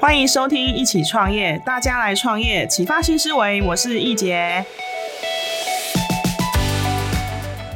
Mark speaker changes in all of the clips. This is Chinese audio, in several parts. Speaker 1: 欢迎收听《一起创业》，大家来创业，启发新思维。我是易杰。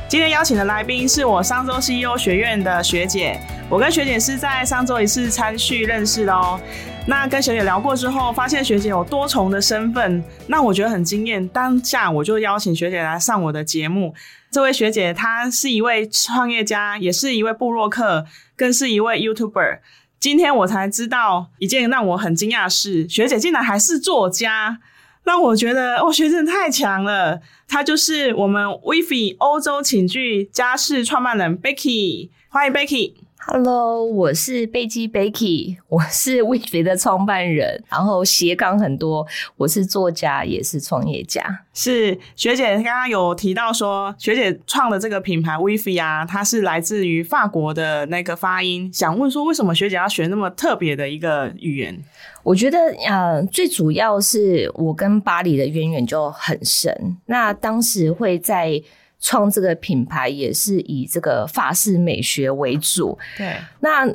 Speaker 1: 今天邀请的来宾是我商周 CEO 学院的学姐，我跟学姐是在商周一次参叙认识的哦。那跟学姐聊过之后，发现学姐有多重的身份，那我觉得很惊艳。当下我就邀请学姐来上我的节目。这位学姐她是一位创业家，也是一位布洛克，更是一位 YouTuber。今天我才知道一件让我很惊讶的事，学姐竟然还是作家，让我觉得哦，学姐太强了。她就是我们 WiFi 欧洲寝具家饰创办人 Becky，欢迎 Becky。
Speaker 2: Hello，我是贝基 Becky，我是 w i f i 的创办人，然后斜杠很多，我是作家，也是创业家。
Speaker 1: 是学姐刚刚有提到说，学姐创的这个品牌 WiFi 啊，它是来自于法国的那个发音。想问说，为什么学姐要学那么特别的一个语言？
Speaker 2: 我觉得，呃，最主要是我跟巴黎的渊源就很深。那当时会在创这个品牌，也是以这个法式美学为主。
Speaker 1: 对，
Speaker 2: 那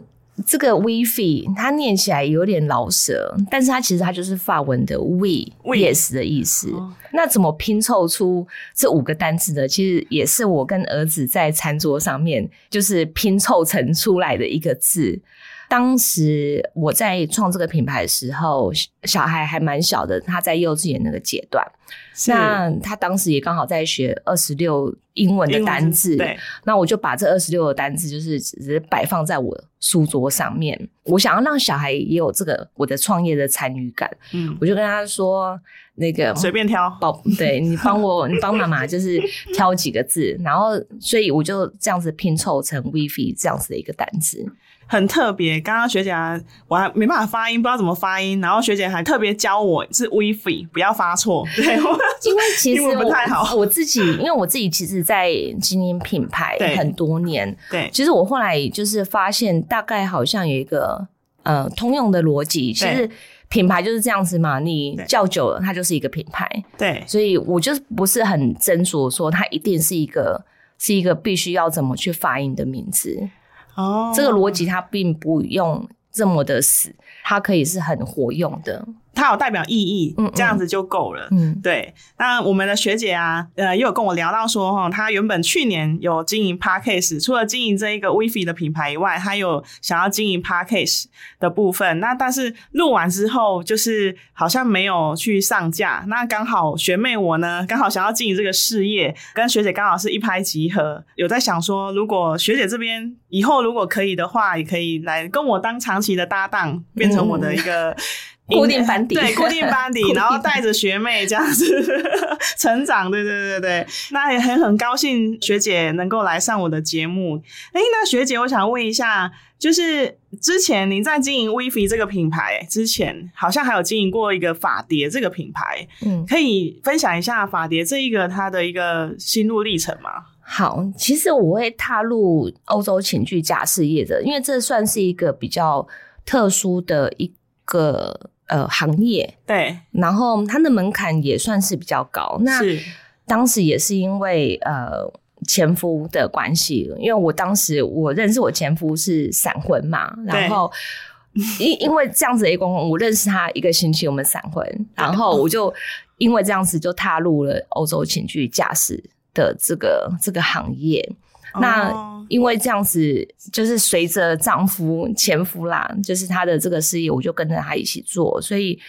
Speaker 2: 这个 WiFi 它念起来有点老舌，但是它其实它就是法文的 we
Speaker 1: We
Speaker 2: yes 的意思。那怎么拼凑出这五个单字呢？其实也是我跟儿子在餐桌上面就是拼凑成出来的一个字。当时我在创这个品牌的时候，小小孩还蛮小的，他在幼稚园那个阶段。
Speaker 1: 是
Speaker 2: 那他当时也刚好在学二十六英文的
Speaker 1: 英文
Speaker 2: 单字，
Speaker 1: 对，
Speaker 2: 那我就把这二十六个单字，就是只是摆放在我书桌上面。我想要让小孩也有这个我的创业的参与感，
Speaker 1: 嗯，
Speaker 2: 我就跟他说：“那个
Speaker 1: 随便挑，
Speaker 2: 宝，对你 帮我，你帮妈妈就是挑几个字。”然后，所以我就这样子拼凑成 WiFi 这样子的一个单字。
Speaker 1: 很特别。刚刚学姐啊我还没办法发音，不知道怎么发音，然后学姐还特别教我是 WiFi，不要发错。对，我
Speaker 2: 因为其实
Speaker 1: 英文不太好
Speaker 2: 我我自己，因为我自己其实，在经营品牌
Speaker 1: 对
Speaker 2: 很多年，
Speaker 1: 对
Speaker 2: 其实我后来就是发现，大概好像有一个呃通用的逻辑，其实品牌就是这样子嘛，你
Speaker 1: 对
Speaker 2: 叫久了，它就是一个品牌，
Speaker 1: 对
Speaker 2: 所以我就是不是很斟酌说它一定是一个。是一个必须要怎么去发音的名字，
Speaker 1: 哦，
Speaker 2: 这个逻辑它并不用这么的死，它可以是很活用的。
Speaker 1: 它有代表意义
Speaker 2: 嗯嗯，
Speaker 1: 这样子就够了。
Speaker 2: 嗯，
Speaker 1: 对，那我们的学姐啊，呃，也有跟我聊到说，哈，她原本去年有经营 Parkcase，除了经营这一个 WiFi 的品牌以外，她有想要经营 Parkcase 的部分。那但是录完之后，就是好像没有去上架。那刚好学妹我呢，刚好想要经营这个事业，跟学姐刚好是一拍即合，有在想说，如果学姐这边以后如果可以的话，也可以来跟我当长期的搭档，变成我的一个。
Speaker 2: 嗯 固定班底
Speaker 1: 对，固定班底，
Speaker 2: 固定
Speaker 1: 然后带着学妹这样子 成长，对对对对，那也很很高兴学姐能够来上我的节目。哎，那学姐，我想问一下，就是之前您在经营 WiFi 这个品牌之前，好像还有经营过一个法蝶这个品牌，
Speaker 2: 嗯，
Speaker 1: 可以分享一下法蝶这一个它的一个心路历程吗？
Speaker 2: 好，其实我会踏入欧洲寝具家饰业的，因为这算是一个比较特殊的一个呃行业，
Speaker 1: 对，
Speaker 2: 然后它的门槛也算是比较高。那
Speaker 1: 是
Speaker 2: 当时也是因为呃前夫的关系，因为我当时我认识我前夫是闪婚嘛，
Speaker 1: 对
Speaker 2: 然后。因 因为这样子的一个公公，我认识他一个星期，我们闪婚，然后我就因为这样子就踏入了欧洲情趣驾驶的这个这个行业。那
Speaker 1: 哦
Speaker 2: 因为这样子，就是随着丈夫、前夫啦，就是他的这个事业，我就跟着他一起做，所以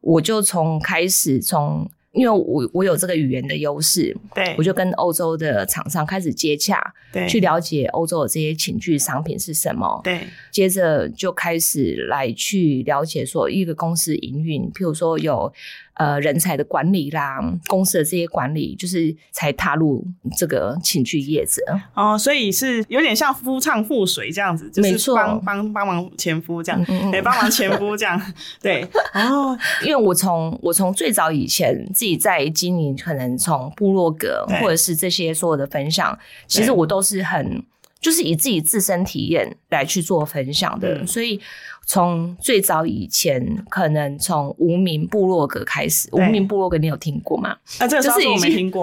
Speaker 2: 我就从开始从，因为我我有这个语言的优势，
Speaker 1: 对
Speaker 2: 我，就跟欧洲的厂商开始接洽，
Speaker 1: 对，
Speaker 2: 去了解欧洲的这些情趣商品是什么，
Speaker 1: 对
Speaker 2: 接着就开始来去了解说一个公司营运，譬如说有呃人才的管理啦，公司的这些管理，就是才踏入这个情趣业者。
Speaker 1: 哦，所以是有点像夫唱妇随这样子，就
Speaker 2: 没
Speaker 1: 是
Speaker 2: 错
Speaker 1: 帮帮帮忙前夫这样。
Speaker 2: 嗯
Speaker 1: 对，帮忙前夫这 样，对，哦，
Speaker 2: 因为我从我从最早以前自己在经营，可能从部落格
Speaker 1: 对
Speaker 2: 或者是这些所有的分享，其实
Speaker 1: 对
Speaker 2: 我都是很就是以自己自身体验来去做分享的。
Speaker 1: 嗯
Speaker 2: 所以从最早以前，可能从无名部落格开始，无
Speaker 1: 对
Speaker 2: 名部落格你有听过吗？
Speaker 1: 啊，这个
Speaker 2: 就
Speaker 1: 上
Speaker 2: 是
Speaker 1: 次我
Speaker 2: 已
Speaker 1: 没
Speaker 2: 经
Speaker 1: 听过，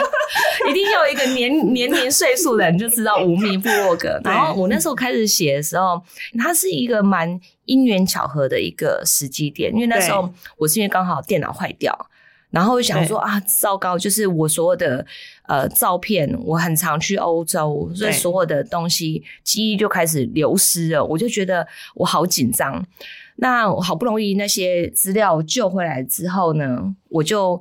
Speaker 2: 一定要有一个 年年龄岁数的人就知道无名部落格。
Speaker 1: 对
Speaker 2: 然后我那时候开始写的时候，它是一个蛮因缘巧合的一个时机点，因为那时候我是因为刚好电脑坏掉。然后我想说啊，糟糕！就是我所有的呃照片，我很常去欧洲，所以
Speaker 1: 对
Speaker 2: 所有的东西记忆就开始流失了。我就觉得我好紧张。那我好不容易那些资料救回来之后呢，我就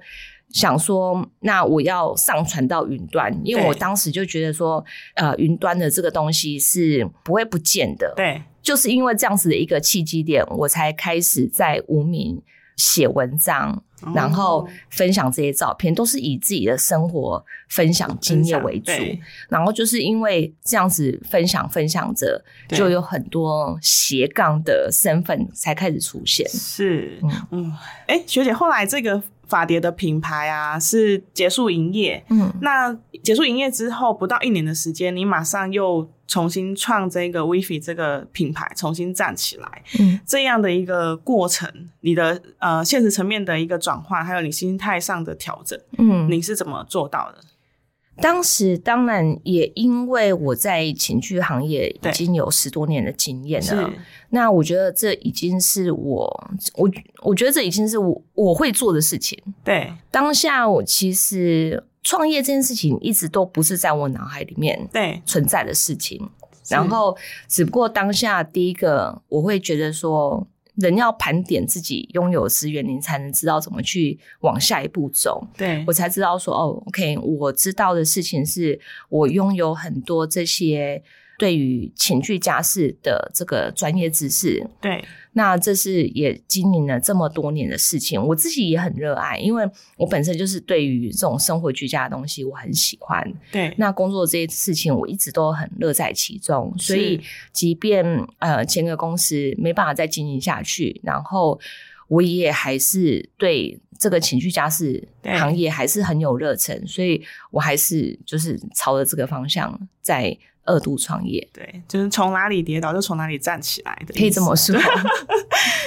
Speaker 2: 想说，那我要上传到云端，因为
Speaker 1: 对
Speaker 2: 我当时就觉得说，呃，云端的这个东西是不会不见的。
Speaker 1: 对，
Speaker 2: 就是因为这样子的一个契机点，我才开始在无名写文章，
Speaker 1: 哦
Speaker 2: 然后分享这些照片，都是以自己的生活分享经验为主
Speaker 1: 分。享对
Speaker 2: 然后就是因为这样子分享分享着，
Speaker 1: 对
Speaker 2: 就有很多斜杠的身份才开始出现。
Speaker 1: 是
Speaker 2: 嗯，
Speaker 1: 嗯，哎、学姐，后来这个法蝶的品牌啊是结束营业，
Speaker 2: 嗯，
Speaker 1: 那结束营业之后不到一年的时间，你马上又重新创这个 WiFi 这个品牌，重新站起来，
Speaker 2: 嗯
Speaker 1: 这样的一个过程，你的呃现实层面的一个转换，还有你心态上的调整，
Speaker 2: 嗯
Speaker 1: 你是怎么做到的？
Speaker 2: 当时当然也因为我在情趣行业
Speaker 1: 对
Speaker 2: 已经有十多年的经验了，那我觉得这已经是我我我觉得这已经是我我会做的事情。
Speaker 1: 对
Speaker 2: 当下我其实创业这件事情一直都不是在我脑海里面
Speaker 1: 对，
Speaker 2: 存在的事情，
Speaker 1: 是
Speaker 2: 然后只不过当下第一个我会觉得说。人要盘点自己拥有的资源，你才能知道怎么去往下一步走。
Speaker 1: 对
Speaker 2: 我才知道说哦，OK，我知道的事情是我拥有很多这些对于情趣家事的这个专业知识。
Speaker 1: 对
Speaker 2: 那这是也经营了这么多年的事情，我自己也很热爱，因为我本身就是对于这种生活居家的东西我很喜欢。
Speaker 1: 对，
Speaker 2: 那工作这些事情我一直都很乐在其中，
Speaker 1: 是
Speaker 2: 所以即便呃前个公司没办法再经营下去，然后我也还是对这个情绪家事
Speaker 1: 对
Speaker 2: 行业还是很有热忱，所以我还是就是朝着这个方向在二度创业，
Speaker 1: 对，就是从哪里跌倒就从哪里站起来的意思，啊
Speaker 2: 可以这么说。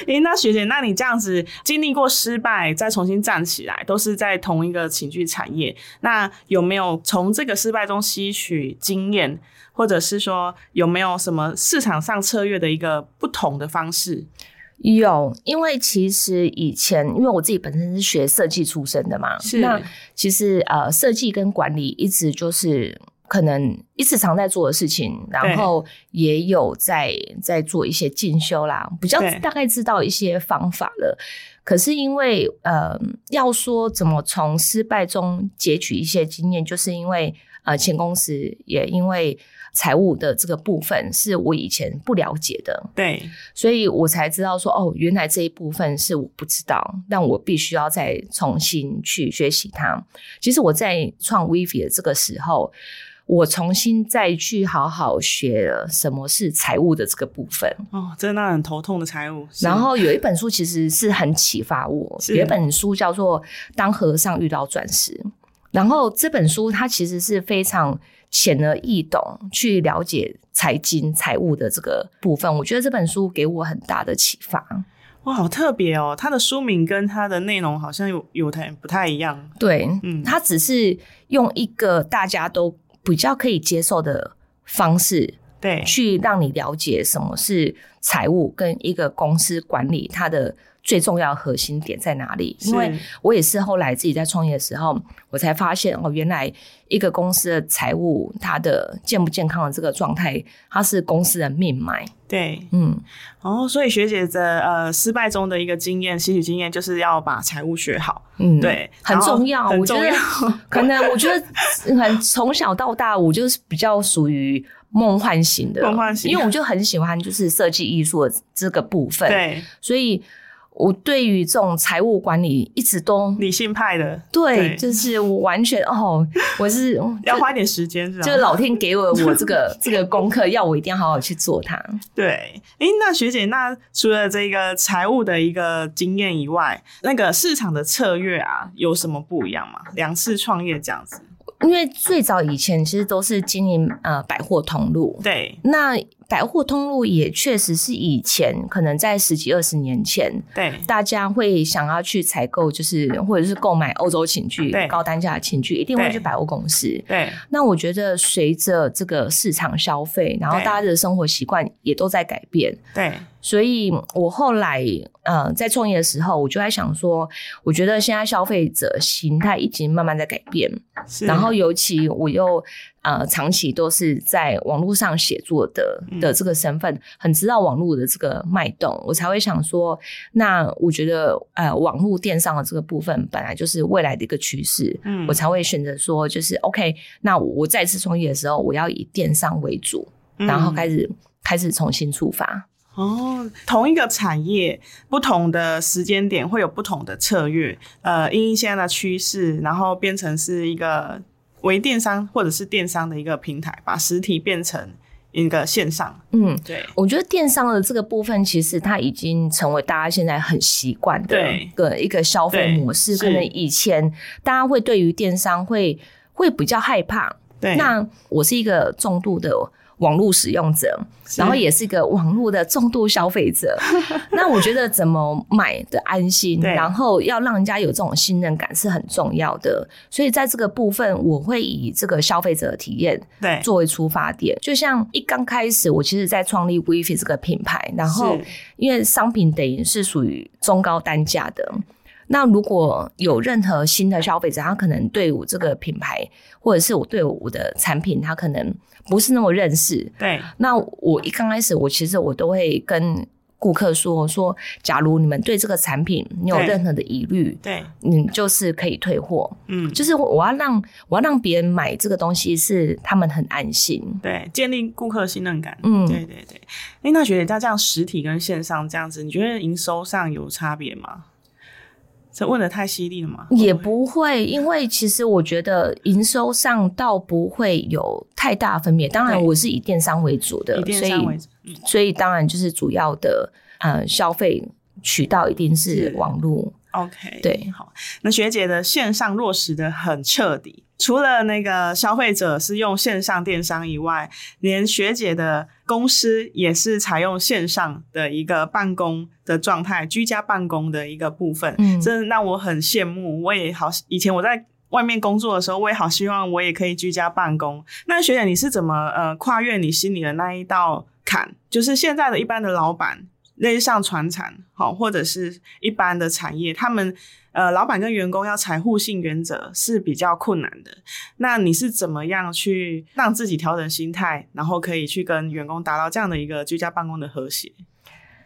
Speaker 1: 诶、那学姐，那你这样子经历过失败，再重新站起来，都是在同一个情绪产业，那有没有从这个失败中吸取经验，或者是说有没有什么市场上策略的一个不同的方式？
Speaker 2: 有，因为其实以前，因为我自己本身是学设计出身的嘛，
Speaker 1: 是
Speaker 2: 那其实呃，设计跟管理一直就是可能一直常在做的事情，然后也有在在做一些进修啦，比较
Speaker 1: 对
Speaker 2: 大概知道一些方法了。可是因为呃，要说怎么从失败中截取一些经验，就是因为呃，前公司也因为财务的这个部分是我以前不了解的，
Speaker 1: 对
Speaker 2: 所以我才知道说，哦，原来这一部分是我不知道，但我必须要再重新去学习它。其实我在创 Vivi 的这个时候，我重新再去好好学了什么是财务的这个部分。
Speaker 1: 哦，真的让人头痛的财务。是
Speaker 2: 然后有一本书其实是很启发我，
Speaker 1: 是
Speaker 2: 有一本书叫做《当和尚遇到钻石》，然后这本书它其实是非常浅而易懂去了解财经财务的这个部分。我觉得这本书给我很大的启发。
Speaker 1: 哇，好特别哦，它的书名跟它的内容好像有有点不太一样。
Speaker 2: 对，
Speaker 1: 嗯
Speaker 2: 它只是用一个大家都比较可以接受的方式
Speaker 1: 对
Speaker 2: 去让你了解什么是财务跟一个公司管理它的最重要的核心点在哪里。因为
Speaker 1: 是
Speaker 2: 我也是后来自己在创业的时候，我才发现哦，原来一个公司的财务它的健不健康的这个状态，它是公司的命脉。
Speaker 1: 对，
Speaker 2: 嗯，
Speaker 1: 哦，所以学姐的呃失败中的一个经验，吸取经验就是要把财务学好。
Speaker 2: 嗯，
Speaker 1: 对
Speaker 2: 很
Speaker 1: 然后
Speaker 2: 重要，
Speaker 1: 很
Speaker 2: 我觉
Speaker 1: 重
Speaker 2: 得
Speaker 1: 要
Speaker 2: 可能我觉得可能从小到大，我就是比较属于梦幻型的，
Speaker 1: 梦幻型
Speaker 2: 因为我就很喜欢就是设计艺术的这个部分，，
Speaker 1: 对，
Speaker 2: 所以我对于这种财务管理一直都
Speaker 1: 理性派 的
Speaker 2: 对，
Speaker 1: 对
Speaker 2: 就是我完全哦，我是
Speaker 1: 要花一点时间，是吧？
Speaker 2: 就是老天给我我这个这个功课，要我一定要好好去做它。
Speaker 1: 对，诶，那学姐，那除了这个财务的一个经验以外，那个市场的策略啊，有什么不一样吗？两次创业这样子，
Speaker 2: 因为最早以前其实都是经营呃百货通路，
Speaker 1: 对
Speaker 2: 那百货通路也确实是以前可能在十几二十年前，
Speaker 1: 对
Speaker 2: 大家会想要去采购，就是或者是购买欧洲寝具
Speaker 1: 对、
Speaker 2: 高单价的寝具，一定会
Speaker 1: 对
Speaker 2: 去百货公司。
Speaker 1: 对
Speaker 2: 那我觉得随着这个市场消费，然后
Speaker 1: 对
Speaker 2: 大家的生活习惯也都在改变，
Speaker 1: 对
Speaker 2: 所以我后来呃在创业的时候，我就在想说，我觉得现在消费者形态已经慢慢在改变，
Speaker 1: 是，
Speaker 2: 然后尤其我又呃长期都是在网络上写作的的这个身份，很知道网络的这个脉动，我才会想说，那我觉得呃网络电商的这个部分本来就是未来的一个趋势，
Speaker 1: 嗯
Speaker 2: 我才会选择说就是 OK，那我再次创业的时候，我要以电商为主，然后
Speaker 1: 嗯
Speaker 2: 开始、开始重新出发。
Speaker 1: 哦，同一个产业，不同的时间点会有不同的策略，呃，因应现在的趋势，然后变成是一个微电商或者是电商的一个平台，把实体变成一个线上。
Speaker 2: 嗯，
Speaker 1: 对
Speaker 2: 我觉得电商的这个部分，其实它已经成为大家现在很习惯的
Speaker 1: 对
Speaker 2: 一个一个消费模式。
Speaker 1: 是
Speaker 2: 可能以前大家会对于电商会会比较害怕。
Speaker 1: 对，
Speaker 2: 那我是一个重度的网络使用者，然后也是一个网络的重度消 费者。那我觉得怎么买的安心，
Speaker 1: 对
Speaker 2: 然后要让人家有这种信任感是很重要的。所以在这个部分，我会以这个消费者的体验
Speaker 1: 对
Speaker 2: 作为出发点。就像一刚开始，我其实在创立 w i f i 这个品牌，然后
Speaker 1: 是
Speaker 2: 因为商品等于是属于中高单价的。那如果有任何新的消费者，他可能对我这个品牌，或者是我对我的产品，他可能不是那么认识。
Speaker 1: 对
Speaker 2: 那我一刚开始，我其实我都会跟顾客说说，假如你们对这个产品你有
Speaker 1: 对
Speaker 2: 任何的疑虑，
Speaker 1: 对，
Speaker 2: 你就是可以退货。
Speaker 1: 嗯，
Speaker 2: 就是我要让我要让别人买这个东西是他们很安心。
Speaker 1: 对，建立顾客信任感。
Speaker 2: 嗯
Speaker 1: 对对对。哎，那学姐，在这样实体跟线上这样子，你觉得营收上有差别吗？这问的太犀利了吗？
Speaker 2: 也不会，因为其实我觉得营收上倒不会有太大分别。当然，
Speaker 1: 对
Speaker 2: 我是以电商为主的
Speaker 1: 以，电
Speaker 2: 所
Speaker 1: 商为
Speaker 2: 以
Speaker 1: 主，嗯
Speaker 2: 所以当然就是主要的呃消费渠道一定是
Speaker 1: 是
Speaker 2: 网络。
Speaker 1: OK，
Speaker 2: 对
Speaker 1: 好。那学姐的线上落实的很彻底，除了那个消费者是用线上电商以外，连学姐的公司也是采用线上的一个办公的状态，居家办公的一个部分，
Speaker 2: 嗯
Speaker 1: 真的让我很羡慕。我也好，以前我在。外面工作的时候，我也好希望我也可以居家办公。那学姐，你是怎么呃跨越你心里的那一道坎？就是现在的一般的老板，类似像传产，好或者是一般的产业，他们呃老板跟员工要财互信原则是比较困难的。那你是怎么样去让自己调整心态，然后可以去跟员工达到这样的一个居家办公的和谐？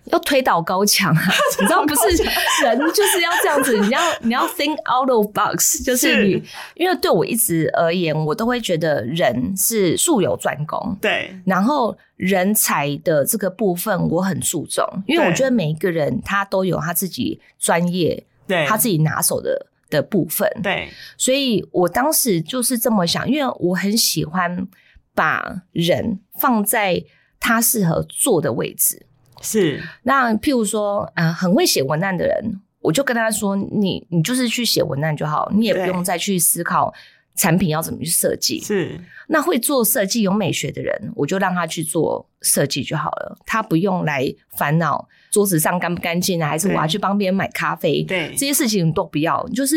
Speaker 2: 要推倒 高墙啊！你知道，不是人就是要这样子，你要你要 think out of box，就是
Speaker 1: 是
Speaker 2: 你，因为对我一直而言，我都会觉得人是术有专攻，
Speaker 1: 对
Speaker 2: 然后人才的这个部分我很注重，因为
Speaker 1: 对
Speaker 2: 我觉得每一个人他都有他自己专业，
Speaker 1: 对，
Speaker 2: 他自己拿手的。的部分，
Speaker 1: 对
Speaker 2: 所以我当时就是这么想，因为我很喜欢把人放在他适合做的位置。
Speaker 1: 是
Speaker 2: 那譬如说，呃，很会写文案的人，我就跟他说，你你就是去写文案就好，你也不
Speaker 1: 对
Speaker 2: 用再去思考产品要怎么去设计。
Speaker 1: 是
Speaker 2: 那会做设计有美学的人，我就让他去做设计就好了，他不用来烦恼桌子上干不干净啊，还是我
Speaker 1: 对
Speaker 2: 要去帮别人买咖啡，
Speaker 1: 对
Speaker 2: 这些事情都不要。就是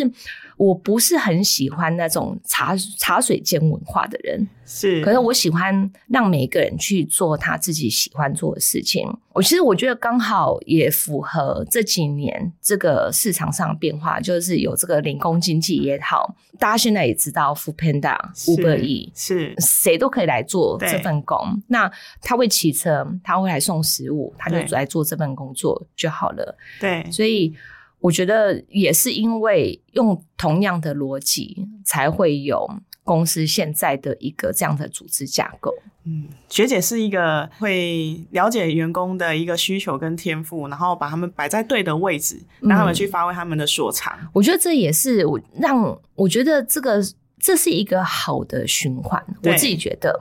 Speaker 2: 我不是很喜欢那种茶茶水间文化的人，
Speaker 1: 是，
Speaker 2: 可是我喜欢让每一个人去做他自己喜欢做的事情。我其实我觉得刚好也符合这几年这个市场上的变化，就是有这个零工经济也好，大家现在也知道 f o o Panda、
Speaker 1: 是
Speaker 2: Uber E。
Speaker 1: 是
Speaker 2: 谁都可以来做
Speaker 1: 对
Speaker 2: 这份工，那他会骑车，他会来送食物，他就
Speaker 1: 对
Speaker 2: 来做这份工作就好了。
Speaker 1: 对
Speaker 2: 所以我觉得也是因为用同样的逻辑，才会有公司现在的一个这样的组织架构。
Speaker 1: 嗯，学姐是一个会了解员工的一个需求跟天赋，然后把他们摆在对的位置，
Speaker 2: 嗯
Speaker 1: 让他们去发挥他们的所长。
Speaker 2: 我觉得这也是我让我觉得这个这是一个好的循环，我
Speaker 1: 对
Speaker 2: 自己觉得，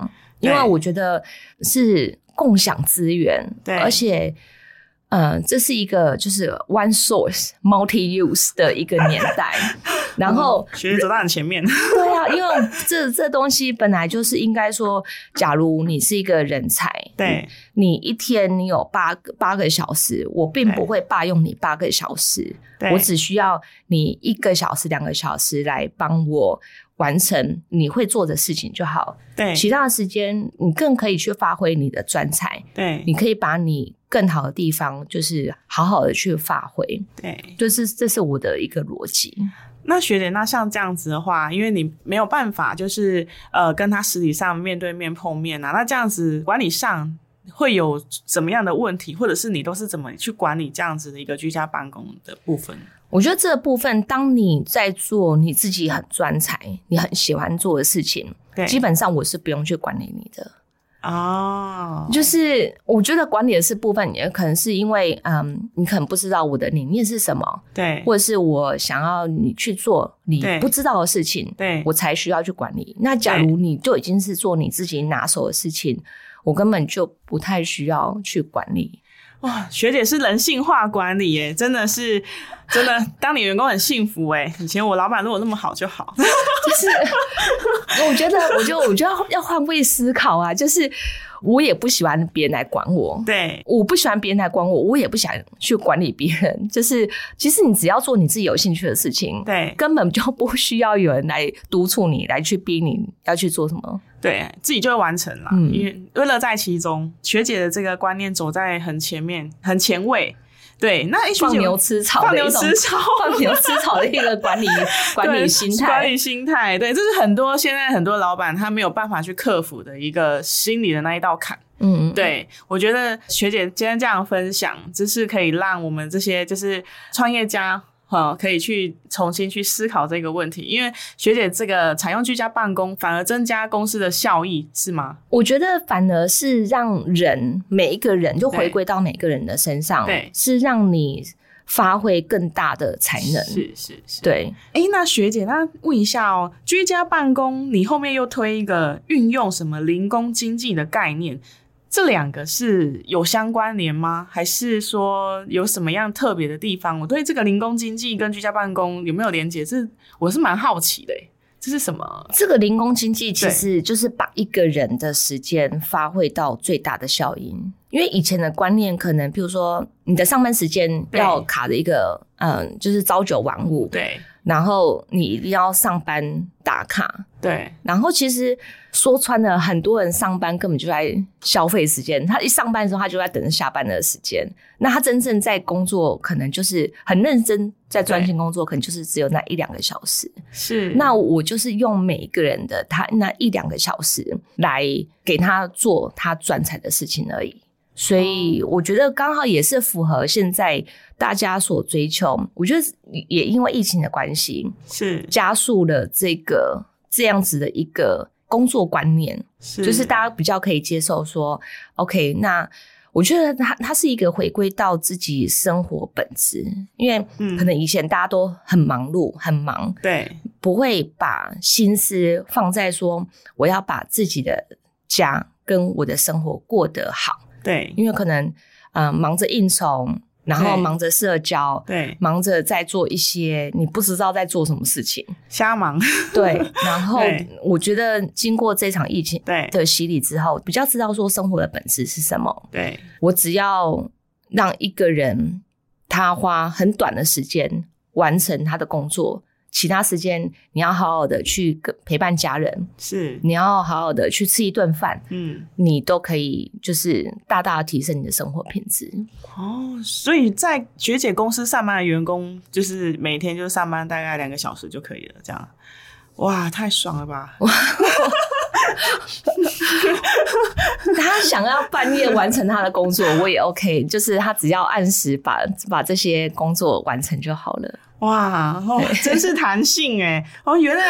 Speaker 1: 对
Speaker 2: 因为我觉得是共享资源，
Speaker 1: 对
Speaker 2: 而且。 呃，这是一个就是 one source multi use 的一个年代，然后
Speaker 1: 学姐走到很前面，
Speaker 2: 对啊，因为这这东西本来就是应该说，假如你是一个人才，
Speaker 1: 对，
Speaker 2: 你一天你有八个八个小时，我并
Speaker 1: 对
Speaker 2: 不会霸用你八个小时，
Speaker 1: 对
Speaker 2: 我只需要你一个小时、两个小时来帮我完成你会做的事情就好。
Speaker 1: 对
Speaker 2: 其他的时间，你更可以去发挥你的专才，
Speaker 1: 对
Speaker 2: 你可以把你更好的地方，就是好好的去发挥。
Speaker 1: 对。
Speaker 2: 就是这是我的一个逻辑。
Speaker 1: 那学姐，那像这样子的话，因为你没有办法，就是呃跟他实体上面对面碰面啊，那这样子管理上会有什么样的问题，或者是你都是怎么去管理这样子的一个居家办公的部分？
Speaker 2: 我觉得这部分，当你在做你自己很专才、你很喜欢做的事情，
Speaker 1: 对，
Speaker 2: 基本上我是不用去管理你的。
Speaker 1: 哦，
Speaker 2: 就是我觉得管理的是部分，也可能是因为，嗯，你可能不知道我的理念是什么，
Speaker 1: 对，
Speaker 2: 或者是我想要你去做你
Speaker 1: 对
Speaker 2: 不知道的事情，
Speaker 1: 对
Speaker 2: 我才需要去管理。那假如你就已经是做你自己拿手的事情，我根本就不太需要去管理。
Speaker 1: 哇，学姐是人性化管理耶，真的是，真的当你员工很幸福哎。以前我老板如果那么好就 好，
Speaker 2: 就是我觉得，我就我就要要换位思考啊，就是我也不喜欢别人来管我。
Speaker 1: 对
Speaker 2: 我不喜欢别人来管我，我也不想去管理别人。就是，其实你只要做你自己有兴趣的事情，
Speaker 1: 对
Speaker 2: 根本就不需要有人来督促你，来去逼你要去做什么。
Speaker 1: 对，自己就会完成啦，
Speaker 2: 嗯
Speaker 1: 因为为乐在其中。学姐的这个观念走在很前面，很前卫。对，那哎，学
Speaker 2: 放
Speaker 1: 姐
Speaker 2: 牛吃草
Speaker 1: 放
Speaker 2: 的
Speaker 1: 牛
Speaker 2: 一种
Speaker 1: 吃草，
Speaker 2: 放牛吃草的一个管理管理
Speaker 1: 对
Speaker 2: 心
Speaker 1: 管
Speaker 2: 态。
Speaker 1: 理心态，对，这是很多现在很多老板他没有办法去克服的一个心理的那一道坎。
Speaker 2: 嗯，
Speaker 1: 对，我觉得学姐今天这样分享，就是可以让我们这些就是创业家。哈、可以去重新去思考这个问题，因为学姐这个采用居家办公，反而增加公司的效益，是吗？
Speaker 2: 我觉得反而是让人每一个人就
Speaker 1: 对
Speaker 2: 回归到每个人的身上，
Speaker 1: 对
Speaker 2: 是让你发挥更大的才能。
Speaker 1: 是是是。
Speaker 2: 对，
Speaker 1: 哎，那学姐，那问一下哦，居家办公，你后面又推一个运用什么零工经济的概念，这两个是有相关联吗？还是说有什么样特别的地方？我对这个零工经济跟居家办公有没有连结？这我是蛮好奇的诶，这是什么？
Speaker 2: 这个零工经济其
Speaker 1: 对
Speaker 2: 实就是把一个人的时间发挥到最大的效应。因为以前的观念可能，譬如说你的上班时间
Speaker 1: 对
Speaker 2: 要卡着一个，嗯，就是朝九晚五，
Speaker 1: 对
Speaker 2: 然后你一定要上班打卡。
Speaker 1: 对
Speaker 2: 然后其实说穿了，很多人上班根本就在消费时间，他一上班的时候，他就在等着下班的时间。那他真正在工作，可能就是很认真在专心工作，可能就是只有那一两个小时。
Speaker 1: 是
Speaker 2: 那我就是用每一个人的他那一两个小时来给他做他专才的事情而已。所以我觉得刚好也是符合现在大家所追求。我觉得也因为疫情的关系，
Speaker 1: 是
Speaker 2: 加速了这个这样子的一个工作观念，
Speaker 1: 是
Speaker 2: 就是大家比较可以接受说，OK，那我觉得它它是一个回归到自己生活本质，因为
Speaker 1: 嗯
Speaker 2: 可能以前大家都很忙碌，很忙，
Speaker 1: 对
Speaker 2: 不会把心思放在说我要把自己的家跟我的生活过得好，
Speaker 1: 对
Speaker 2: 因为可能嗯、呃忙着应酬，然后
Speaker 1: 对
Speaker 2: 忙着社交，
Speaker 1: 对
Speaker 2: 忙着在做一些你不知道在做什么事情，
Speaker 1: 瞎忙
Speaker 2: 对。然后
Speaker 1: 对
Speaker 2: 我觉得经过这场疫情
Speaker 1: 对
Speaker 2: 的洗礼之后，比较知道说生活的本质是什么。
Speaker 1: 对
Speaker 2: 我只要让一个人他花很短的时间完成他的工作，其他时间你要好好的去跟陪伴家人，
Speaker 1: 是
Speaker 2: 你要好好的去吃一顿饭，
Speaker 1: 嗯
Speaker 2: 你都可以就是大大地提升你的生活品 质。
Speaker 1: 哦，所以在学姐公司上班的员工，就是每天就上班大概两个小时就可以了，这样。哇，太爽了吧！
Speaker 2: 他想要半夜完成他的工作，我也 OK，就是他只要按时把把这些工作完成就好了。
Speaker 1: 哇，哦，真是弹性哎！哦，原来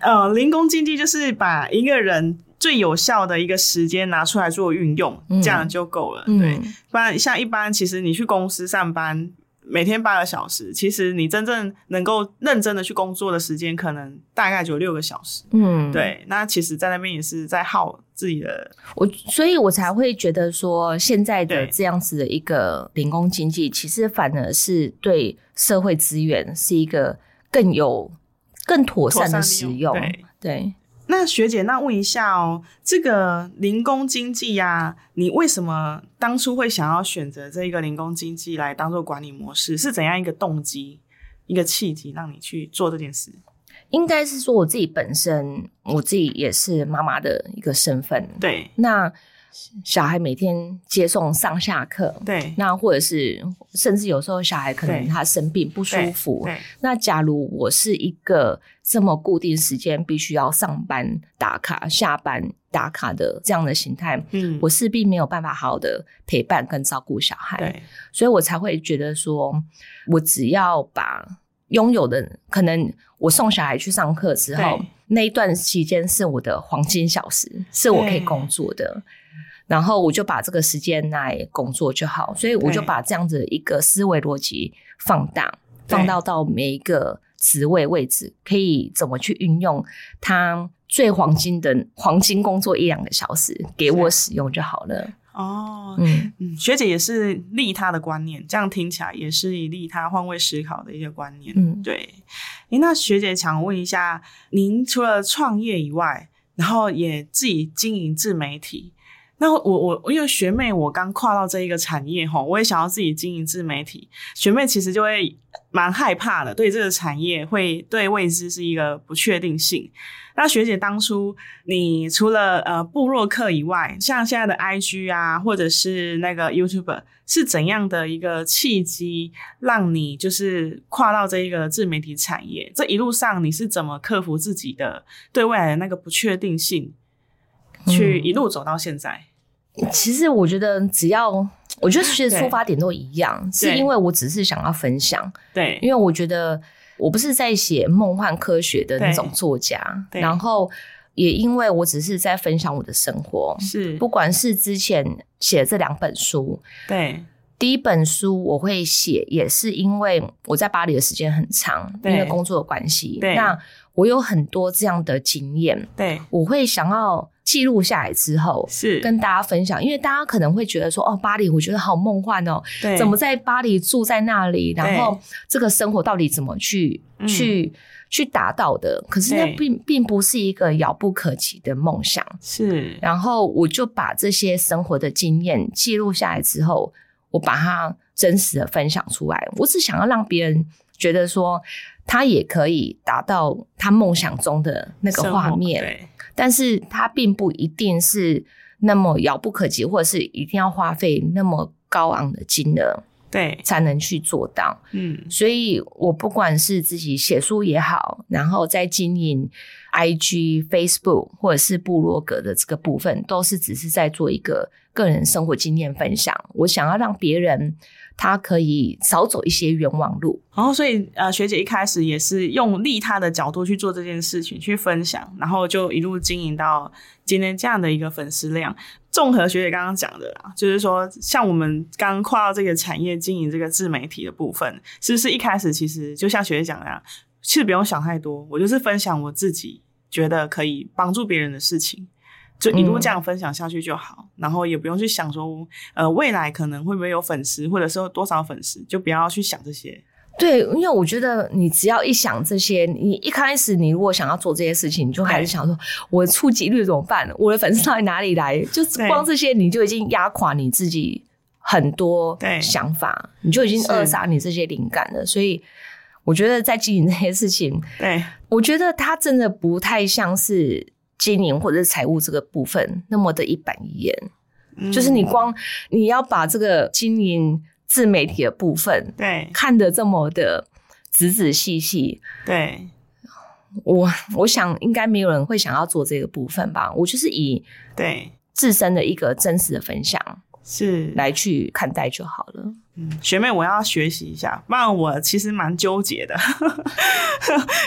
Speaker 1: 呃，零工经济就是把一个人最有效的一个时间拿出来做运用，
Speaker 2: 嗯
Speaker 1: 这样就够了。对，
Speaker 2: 嗯，
Speaker 1: 不然像一般，其实你去公司上班，每天八个小时，其实你真正能够认真的去工作的时间，可能大概只有六个小时。
Speaker 2: 嗯，
Speaker 1: 对，那其实，在那边也是在耗自己的
Speaker 2: 我，所以我才会觉得说，现在的
Speaker 1: 对
Speaker 2: 这样子的一个零工经济，其实反而是对社会资源是一个更有更妥
Speaker 1: 妥
Speaker 2: 善的
Speaker 1: 善
Speaker 2: 使
Speaker 1: 利
Speaker 2: 用。
Speaker 1: 对，
Speaker 2: 对
Speaker 1: 那学姐，那问一下哦，这个零工经济呀、你为什么当初会想要选择这一个零工经济来当做管理模式？是怎样一个动机、一个契机让你去做这件事？
Speaker 2: 应该是说我自己本身，我自己也是妈妈的一个身份。
Speaker 1: 对
Speaker 2: 那小孩每天接送上下课，
Speaker 1: 对
Speaker 2: 那或者是甚至有时候小孩可能
Speaker 1: 对
Speaker 2: 他生病不舒
Speaker 1: 对
Speaker 2: 服，
Speaker 1: 对
Speaker 2: 那假如我是一个这么固定时间必须要上班打卡、下班打卡的这样的形态，
Speaker 1: 嗯
Speaker 2: 我势必没有办法好好的陪伴跟照顾小孩，
Speaker 1: 对
Speaker 2: 所以我才会觉得说，我只要把拥有的可能我送小孩去上课之后
Speaker 1: 对，
Speaker 2: 那一段期间是我的黄金小时，是我可以
Speaker 1: 对
Speaker 2: 工作的。然后我就把这个时间来工作就好，所以我就
Speaker 1: 对
Speaker 2: 把这样子一个思维逻辑放大，
Speaker 1: 对
Speaker 2: 放到到每一个职位位置，可以怎么去运用它最黄金的黄金工作一两个小时给我使用就好了。
Speaker 1: 哦，
Speaker 2: 嗯，
Speaker 1: 嗯，学姐也是利他的观念，这样听起来也是以利他换位思考的一个观念。
Speaker 2: 嗯
Speaker 1: 对。诶，那学姐想问一下，您除了创业以外，然后也自己经营自媒体。那我我我因为学妹我刚跨到这一个产业吼，我也想要自己经营自媒体。学妹其实就会蛮害怕的，对这个产业会对未知是一个不确定性。那学姐当初你除了呃部落客以外，像现在的 IG 啊，或者是那个 YouTuber，是怎样的一个契机让你就是跨到这一个自媒体产业？这一路上你是怎么克服自己的对未来的那个不确定性，去
Speaker 2: 嗯
Speaker 1: 一路走到现在？
Speaker 2: 其实我觉得只要，我觉得其实
Speaker 1: 对
Speaker 2: 出发点都一样，是
Speaker 1: 对
Speaker 2: 因为我只是想要分享，
Speaker 1: 对，
Speaker 2: 因为我觉得我不是在写梦幻科学的那种
Speaker 1: 对
Speaker 2: 作家，
Speaker 1: 对
Speaker 2: 然后也因为我只是在分享我的生活，
Speaker 1: 是
Speaker 2: 不管是之前写这两本书，
Speaker 1: 对
Speaker 2: 第一本书我会写，也是因为我在巴黎的时间很长，因
Speaker 1: 对
Speaker 2: 为工作的关系。
Speaker 1: 对
Speaker 2: 那我有很多这样的经验，
Speaker 1: 对
Speaker 2: 我会想要记录下来之后
Speaker 1: 是
Speaker 2: 跟大家分享，因为大家可能会觉得说，哦，巴黎我觉得好梦幻哦，
Speaker 1: 对
Speaker 2: 怎么在巴黎住在那里，然后这个生活到底怎么去
Speaker 1: 嗯
Speaker 2: 去去达到的？可是那
Speaker 1: 对
Speaker 2: 并并不是一个遥不可及的梦想。
Speaker 1: 是
Speaker 2: 然后我就把这些生活的经验记录下来之后，我把它真实的分享出来。我只想要让别人觉得说，他也可以达到他梦想中的那个
Speaker 1: 生
Speaker 2: 画
Speaker 1: 活
Speaker 2: 面，
Speaker 1: 对
Speaker 2: 但是他并不一定是那么遥不可及，或者是一定要花费那么高昂的金额
Speaker 1: 对
Speaker 2: 才能去做到。
Speaker 1: 嗯
Speaker 2: 所以我不管是自己写书也好，然后在经营 IG、Facebook 或者是部落格的这个部分，都是只是在做一个个人生活经验分享。我想要让别人他可以少走一些冤枉路。
Speaker 1: 然后，所以呃，学姐一开始也是用利他的角度去做这件事情，去分享，然后就一路经营到今天这样的一个粉丝量。综合学姐刚刚讲的啦，就是说，像我们刚跨到这个产业经营这个自媒体的部分，是不是一开始其实就像学姐讲的、啊，其实不用想太多，我就是分享我自己觉得可以帮助别人的事情，就一路这样分享下去就好，然后也不用去想说，呃，未来可能会不会有粉丝，或者是有多少粉丝，就不要去想这些。
Speaker 2: 对，因为我觉得你只要一想这些，你一开始你如果想要做这些事情，你就还是想说，我的触及率怎么办？我的粉丝到底哪里来？就是
Speaker 1: 对
Speaker 2: 光这些你就已经压垮你自己很多
Speaker 1: 对
Speaker 2: 想法，你就已经
Speaker 1: 是
Speaker 2: 扼杀你这些灵感了。所以我觉得在经营这些事情，
Speaker 1: 对，
Speaker 2: 我觉得它真的不太像是经营或者是财务这个部分那么的一板一眼。
Speaker 1: 嗯
Speaker 2: 就是你光你要把这个经营自媒体的部分，
Speaker 1: 对
Speaker 2: 看得这么的仔仔细细，
Speaker 1: 对
Speaker 2: 我我想应该没有人会想要做这个部分吧。我就是以
Speaker 1: 对
Speaker 2: 自身的一个真实的分享
Speaker 1: 是。
Speaker 2: 来去看待就好了。
Speaker 1: 嗯学妹，我要学习一下，不然我其实蛮纠结的。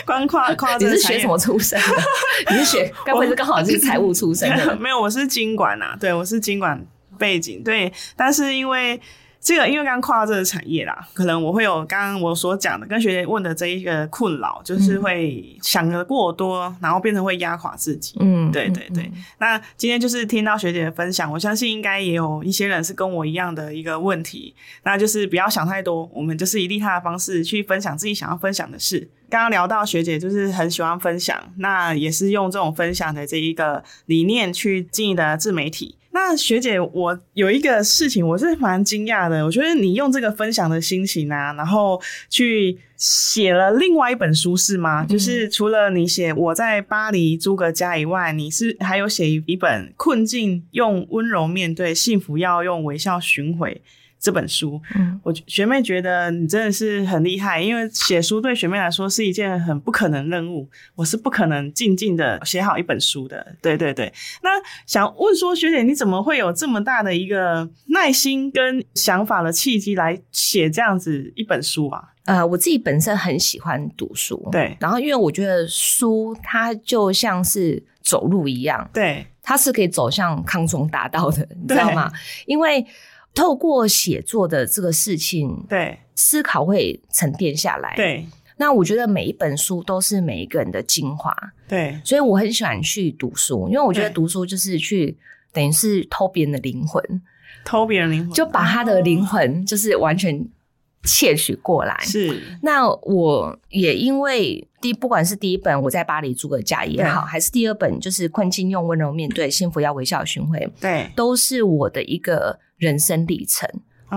Speaker 1: 光跨跨
Speaker 2: 你
Speaker 1: 这个
Speaker 2: 是
Speaker 1: 产
Speaker 2: 学
Speaker 1: 业
Speaker 2: 什么？出身 的？你是学，该不会是刚好是财务出身的？
Speaker 1: 啊没有，我是经管呐、对我是经管背景，对，但是因为。这个因为刚刚跨到这个产业啦，可能我会有刚刚我所讲的跟学姐问的这一个困扰，就是
Speaker 2: 嗯
Speaker 1: 会想的过多，然后变成会压垮自己。
Speaker 2: 嗯，
Speaker 1: 对对对，那今天就是听到学姐的分享，我相信应该也有一些人是跟我一样的一个问题，那就是不要想太多，我们就是以利他的方式去分享自己想要分享的事。刚刚聊到学姐就是很喜欢分享，那也是用这种分享的这一个理念去经营的自媒体。那学姐，我有一个事情我是蛮惊讶的，我觉得你用这个分享的心情啊，然后去写了另外一本书是吗？就是除了你写我在巴黎租个家以外，你是还有写一本《困境用温柔面对，幸福要用微笑寻回》这本书。
Speaker 2: 嗯
Speaker 1: 我学妹觉得你真的是很厉害，因为写书对学妹来说是一件很不可能任务，我是不可能静静的写好一本书的。对对对，那想问说学姐，你怎么会有这么大的一个耐心跟想法的契机来写这样子一本书啊？
Speaker 2: 呃，我自己本身很喜欢读书，，
Speaker 1: 对
Speaker 2: 然后因为我觉得书它就像是走路一样，
Speaker 1: 对
Speaker 2: 它是可以走向康庄大道的，你知道吗？因为透过写作的这个事情，
Speaker 1: 对
Speaker 2: 思考会沉淀下来。，
Speaker 1: 对
Speaker 2: 那我觉得每一本书都是每一个人的精华，
Speaker 1: 对
Speaker 2: 所以我很喜欢去读书，因为我觉得
Speaker 1: 对
Speaker 2: 读书就是去等于是偷别人的灵魂，
Speaker 1: 嗯偷别人灵魂，啊
Speaker 2: 就把他的灵魂就是完全窃取过来。
Speaker 1: 是
Speaker 2: 那我也因为第不管是第一本我在巴黎住个家也好，
Speaker 1: 对
Speaker 2: 还是第二本就是困境用温柔面对，幸福要微笑寻回，
Speaker 1: 对，
Speaker 2: 都是我的一个人生历程。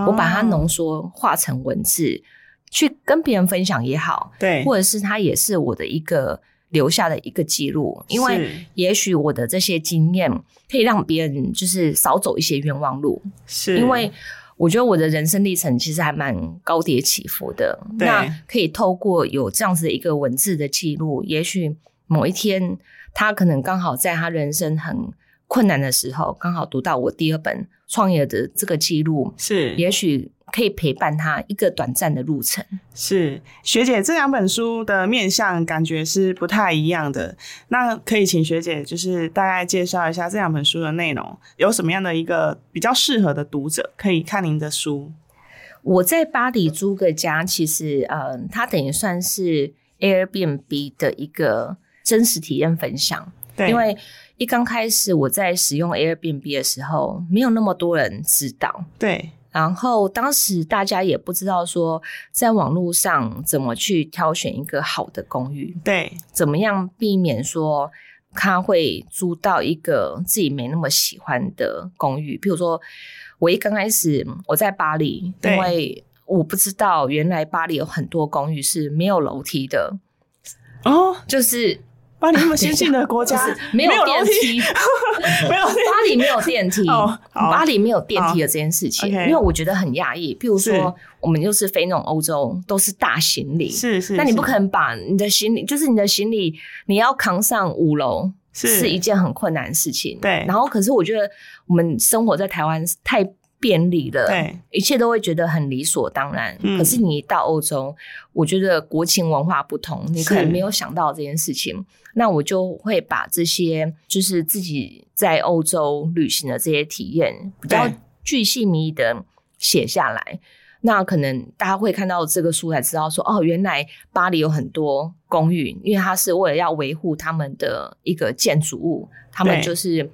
Speaker 2: 我把它
Speaker 1: 哦
Speaker 2: 浓缩化成文字，去跟别人分享也好，
Speaker 1: 对，
Speaker 2: 或者是它也是我的一个留下的一个记录，因为
Speaker 1: 是
Speaker 2: 也许我的这些经验可以让别人就是少走一些冤枉路，
Speaker 1: 是
Speaker 2: 因为。我觉得我的人生历程其实还蛮高跌起伏的，
Speaker 1: 对
Speaker 2: 那可以透过有这样子的一个文字的记录，也许某一天他可能刚好在他人生很困难的时候，刚好读到我第二本创业的这个记录，
Speaker 1: 是
Speaker 2: 也许可以陪伴他一个短暂的路程。
Speaker 1: 是学姐，这两本书的面向感觉是不太一样的。那可以请学姐就是大概介绍一下这两本书的内容，有什么样的一个比较适合的读者可以看您的书？
Speaker 2: 我在巴黎租个家，其实呃，它等于算是 Airbnb 的一个真实体验分享。
Speaker 1: 对，
Speaker 2: 因为一刚开始我在使用 Airbnb 的时候，没有那么多人知道，
Speaker 1: 对
Speaker 2: 然后当时大家也不知道说在网络上怎么去挑选一个好的公寓，
Speaker 1: 对
Speaker 2: 怎么样避免说他会租到一个自己没那么喜欢的公寓？譬如说，我一刚开始我在巴黎，
Speaker 1: 对
Speaker 2: 因为我不知道原来巴黎有很多公寓是没有楼梯的，
Speaker 1: 哦，
Speaker 2: 就是
Speaker 1: 巴黎那么先进的国
Speaker 2: 就
Speaker 1: 家
Speaker 2: 是， 没有电
Speaker 1: 楼梯，
Speaker 2: 梯，
Speaker 1: 没有楼梯
Speaker 2: 巴黎没有电 梯，
Speaker 1: 哦好
Speaker 2: 巴黎没有电梯的这件事情，
Speaker 1: 好，OK
Speaker 2: 因为我觉得很压抑。譬如
Speaker 1: 是
Speaker 2: 说，我们就是飞那种欧洲都是大行李，
Speaker 1: 是是，
Speaker 2: 那你
Speaker 1: 是
Speaker 2: 不可能把你的行李，就是你的行李，你要扛上五楼。
Speaker 1: 是
Speaker 2: 是一件很困难的事情，
Speaker 1: 对
Speaker 2: 然后，可是我觉得我们生活在台湾太便利了，
Speaker 1: 对，
Speaker 2: 一切都会觉得很理所当然。
Speaker 1: 嗯
Speaker 2: 可是你一到欧洲，我觉得国情文化不同，你可能
Speaker 1: 是
Speaker 2: 没有想到这件事情。那我就会把这些就是自己在欧洲旅行的这些体验，比较
Speaker 1: 对
Speaker 2: 巨细靡遗的写下来。那可能大家会看到这个书才知道说，哦，原来巴黎有很多公寓，因为它是为了要维护他们的一个建筑物，他们
Speaker 1: 对
Speaker 2: 就是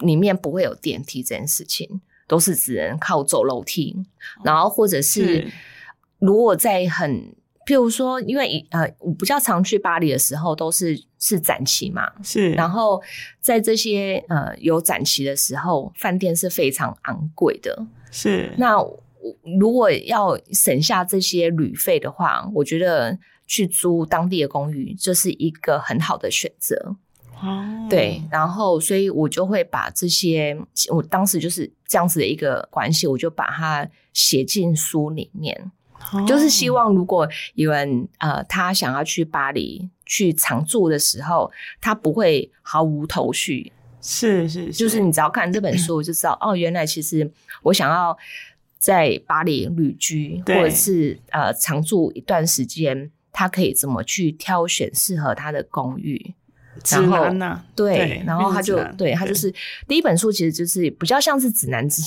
Speaker 2: 里面不会有电梯这件事情，都是只能靠走楼梯，然后或者是
Speaker 1: 是
Speaker 2: 如果在很，譬如说，因为以呃，我比较常去巴黎的时候都是是展期嘛，
Speaker 1: 是，
Speaker 2: 然后在这些呃有展期的时候，饭店是非常昂贵的，
Speaker 1: 是
Speaker 2: 那我如果要省下这些旅费的话，我觉得去租当地的公寓就是一个很好的选择。
Speaker 1: 哦
Speaker 2: 对，然后所以我就会把这些，我当时就是这样子的一个关系，我就把它写进书里面，
Speaker 1: 哦
Speaker 2: 就是希望如果有人呃他想要去巴黎去常住的时候，他不会毫无头绪，
Speaker 1: 是是
Speaker 2: 就是你只要看这本书，我就知道哦，原来其实我想要在巴黎旅居，或
Speaker 1: 对
Speaker 2: 者是呃常住一段时间，他可以怎么去挑选适合他的公寓。
Speaker 1: 指
Speaker 2: 然后
Speaker 1: 南呐、
Speaker 2: 对，然后他就
Speaker 1: 日子指南
Speaker 2: 对他就是第一本书，其实就是比较像是指南之，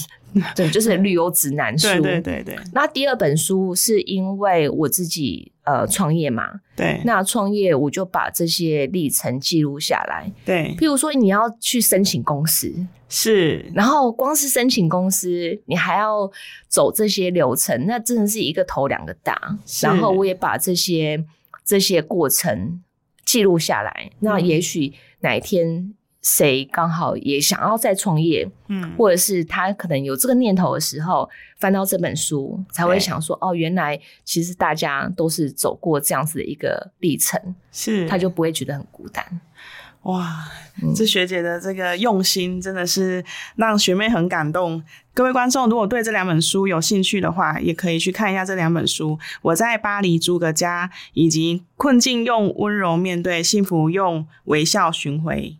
Speaker 2: 对，就是旅游指南书。
Speaker 1: 对对对对
Speaker 2: 那第二本书是因为我自己呃创业嘛，
Speaker 1: 对
Speaker 2: 那创业我就把这些历程记录下来。
Speaker 1: 对，
Speaker 2: 譬如说你要去申请公司，
Speaker 1: 是，
Speaker 2: 然后光是申请公司，你还要走这些流程，那真的是一个头两个大。
Speaker 1: 是
Speaker 2: 然后我也把这些这些过程记录下来。那
Speaker 1: 嗯
Speaker 2: 也许哪一天谁刚好也想要再创业，
Speaker 1: 嗯，
Speaker 2: 或者是他可能有这个念头的时候，翻到这本书才会
Speaker 1: 对
Speaker 2: 想说，哦，原来其实大家都是走过这样子的一个历程，
Speaker 1: 是，
Speaker 2: 他就不会觉得很孤单。
Speaker 1: 哇
Speaker 2: 嗯，
Speaker 1: 这学姐的这个用心真的是让学妹很感动。各位观众，如果对这两本书有兴趣的话，也可以去看一下这两本书。我在巴黎租个家，以及《困境用温柔面对，幸福用微笑寻回》。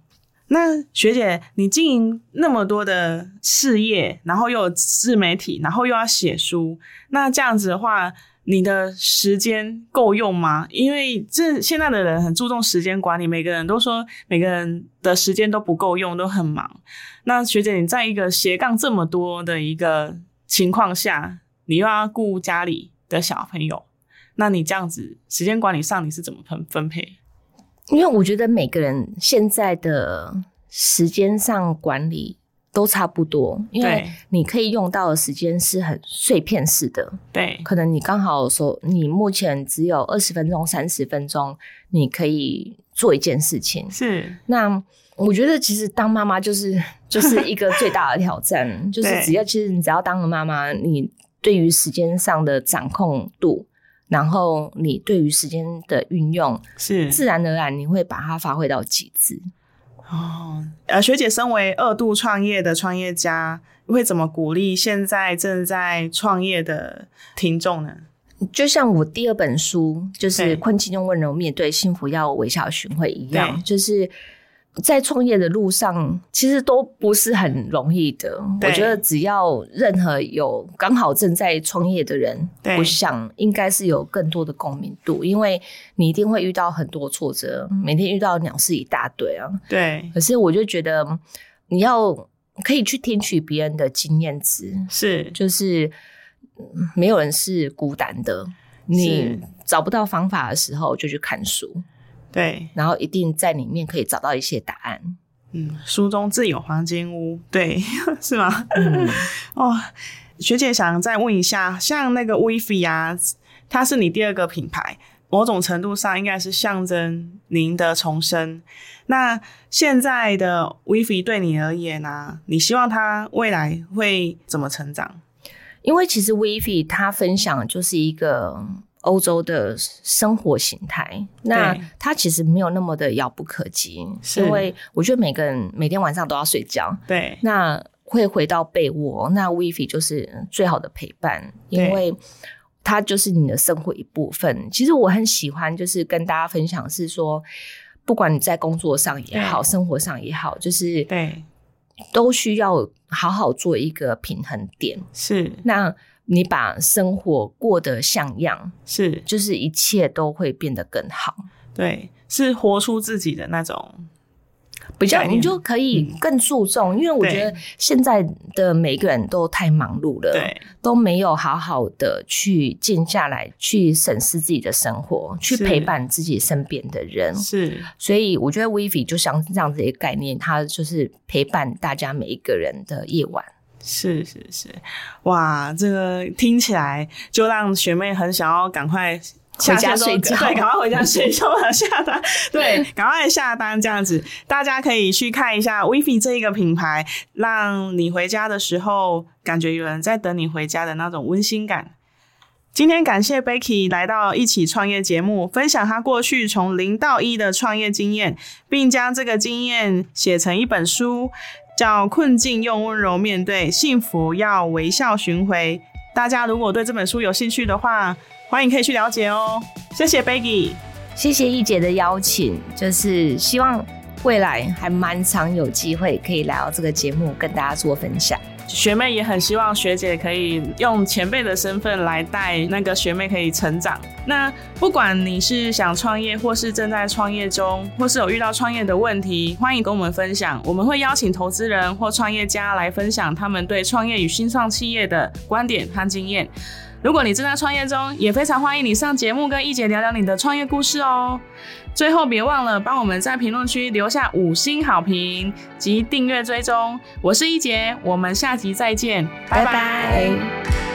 Speaker 1: 那学姐，你经营那么多的事业，然后又有自媒体，然后又要写书，那这样子的话，你的时间够用吗？因为这现在的人很注重时间管理，每个人都说每个人的时间都不够用，都很忙。那学姐，你在一个斜杠这么多的一个情况下，你又要顾家里的小朋友，那你这样子时间管理上你是怎么分分配？
Speaker 2: 因为我觉得每个人现在的时间上管理都差不多，因为
Speaker 1: 对
Speaker 2: 你可以用到的时间是很碎片式的，
Speaker 1: 对
Speaker 2: 可能你刚好手你目前只有二十分钟、三十分钟，你可以做一件事情。
Speaker 1: 是，
Speaker 2: 那我觉得，其实当妈妈就是就是一个最大的挑战，就是
Speaker 1: 对
Speaker 2: 只要其实你只要当了妈妈，你对于时间上的掌控度，然后你对于时间的运用，
Speaker 1: 是
Speaker 2: 自然而然你会把它发挥到极致。
Speaker 1: 哦，呃，学姐身为二度创业的创业家，会怎么鼓励现在正在创业的听众呢？
Speaker 2: 就像我第二本书就是
Speaker 1: 对
Speaker 2: 《困境用温柔面对，幸福要微笑寻回》一样，
Speaker 1: 对
Speaker 2: 就是在创业的路上，其实都不是很容易的。我
Speaker 1: 对
Speaker 2: 觉得只要任何有刚好正在创业的人，
Speaker 1: 对
Speaker 2: 我想应该是有更多的共鸣度，因为你一定会遇到很多挫折，每天遇到鸟事一大堆啊。
Speaker 1: 对，
Speaker 2: 可是我就觉得嗯你要可以去听取别人的经验值，
Speaker 1: 是
Speaker 2: 就是嗯没有人是孤单的。你找不到方法的时候，就去看书，
Speaker 1: 对，
Speaker 2: 然后一定在里面可以找到一些答案。
Speaker 1: 嗯，书中自有黄金屋，对， 是吗？哦，学姐想再问一下，像那个 WiFi 啊，它是你第二个品牌，某种程度上应该是象征您的重生。那现在的 WiFi 对你而言呢、啊你希望它未来会怎么成长？
Speaker 2: 因为其实 w i f i 它分享就是一个欧洲的生活形态，那它其实没有那么的遥不可及，
Speaker 1: 是
Speaker 2: 因为我觉得每个人每天晚上都要睡觉，
Speaker 1: 对，
Speaker 2: 那会回到被窝，那 w i f i 就是最好的陪伴，因
Speaker 1: 对
Speaker 2: 为它就是你的生活一部分。其实我很喜欢，就是跟大家分享是说，不管你在工作上也好，
Speaker 1: 对
Speaker 2: 生活上也好，就是
Speaker 1: 对，
Speaker 2: 都需要好好做一个平衡点。
Speaker 1: 是
Speaker 2: 那你把生活过得像样，
Speaker 1: 是，
Speaker 2: 就是一切都会变得更好。
Speaker 1: 对，是活出自己的那种，
Speaker 2: 比较
Speaker 1: 概念嗯
Speaker 2: 你就可以更注重，因为我觉得现在的每个人都太忙碌了，
Speaker 1: 对，
Speaker 2: 都没有好好的去静下来，去审视自己的生活，去
Speaker 1: 是
Speaker 2: 陪伴自己身边的人。
Speaker 1: 是，
Speaker 2: 所以我觉得 Vivi 就像这样子一个概念，它就是陪伴大家每一个人的夜晚。
Speaker 1: 是是是，哇，这个听起来就让学妹很想要赶快。下线之后
Speaker 2: 回家
Speaker 1: 对，赶快回家睡
Speaker 2: 睡觉
Speaker 1: 觉了，下单， 对，赶快下单这样子，大家可以去看一下 WiFi 这一个品牌，让你回家的时候感觉有人在等你回家的那种温馨感。今天感谢 Becky 来到一起创业节目，分享她过去从零到一的创业经验，并将这个经验写成一本书，叫《困境用温柔面对，幸福要微笑寻回》。大家如果对这本书有兴趣的话，欢迎可以去了解哦。谢谢 Becky，
Speaker 2: 谢谢一姐的邀请，就是希望未来还蛮常有机会可以来到这个节目跟大家做分享。
Speaker 1: 学妹也很希望学姐可以用前辈的身份来带那个学妹可以成长。那不管你是想创业，或是正在创业中，或是有遇到创业的问题，欢迎跟我们分享。我们会邀请投资人或创业家来分享他们对创业与新创企业的观点和经验。如果你正在创业中，也非常欢迎你上节目跟易姐聊聊你的创业故事哦。最后，别忘了帮我们在评论区留下五星好评及订阅追踪。我是易杰，我们下集再见，拜拜
Speaker 2: 拜拜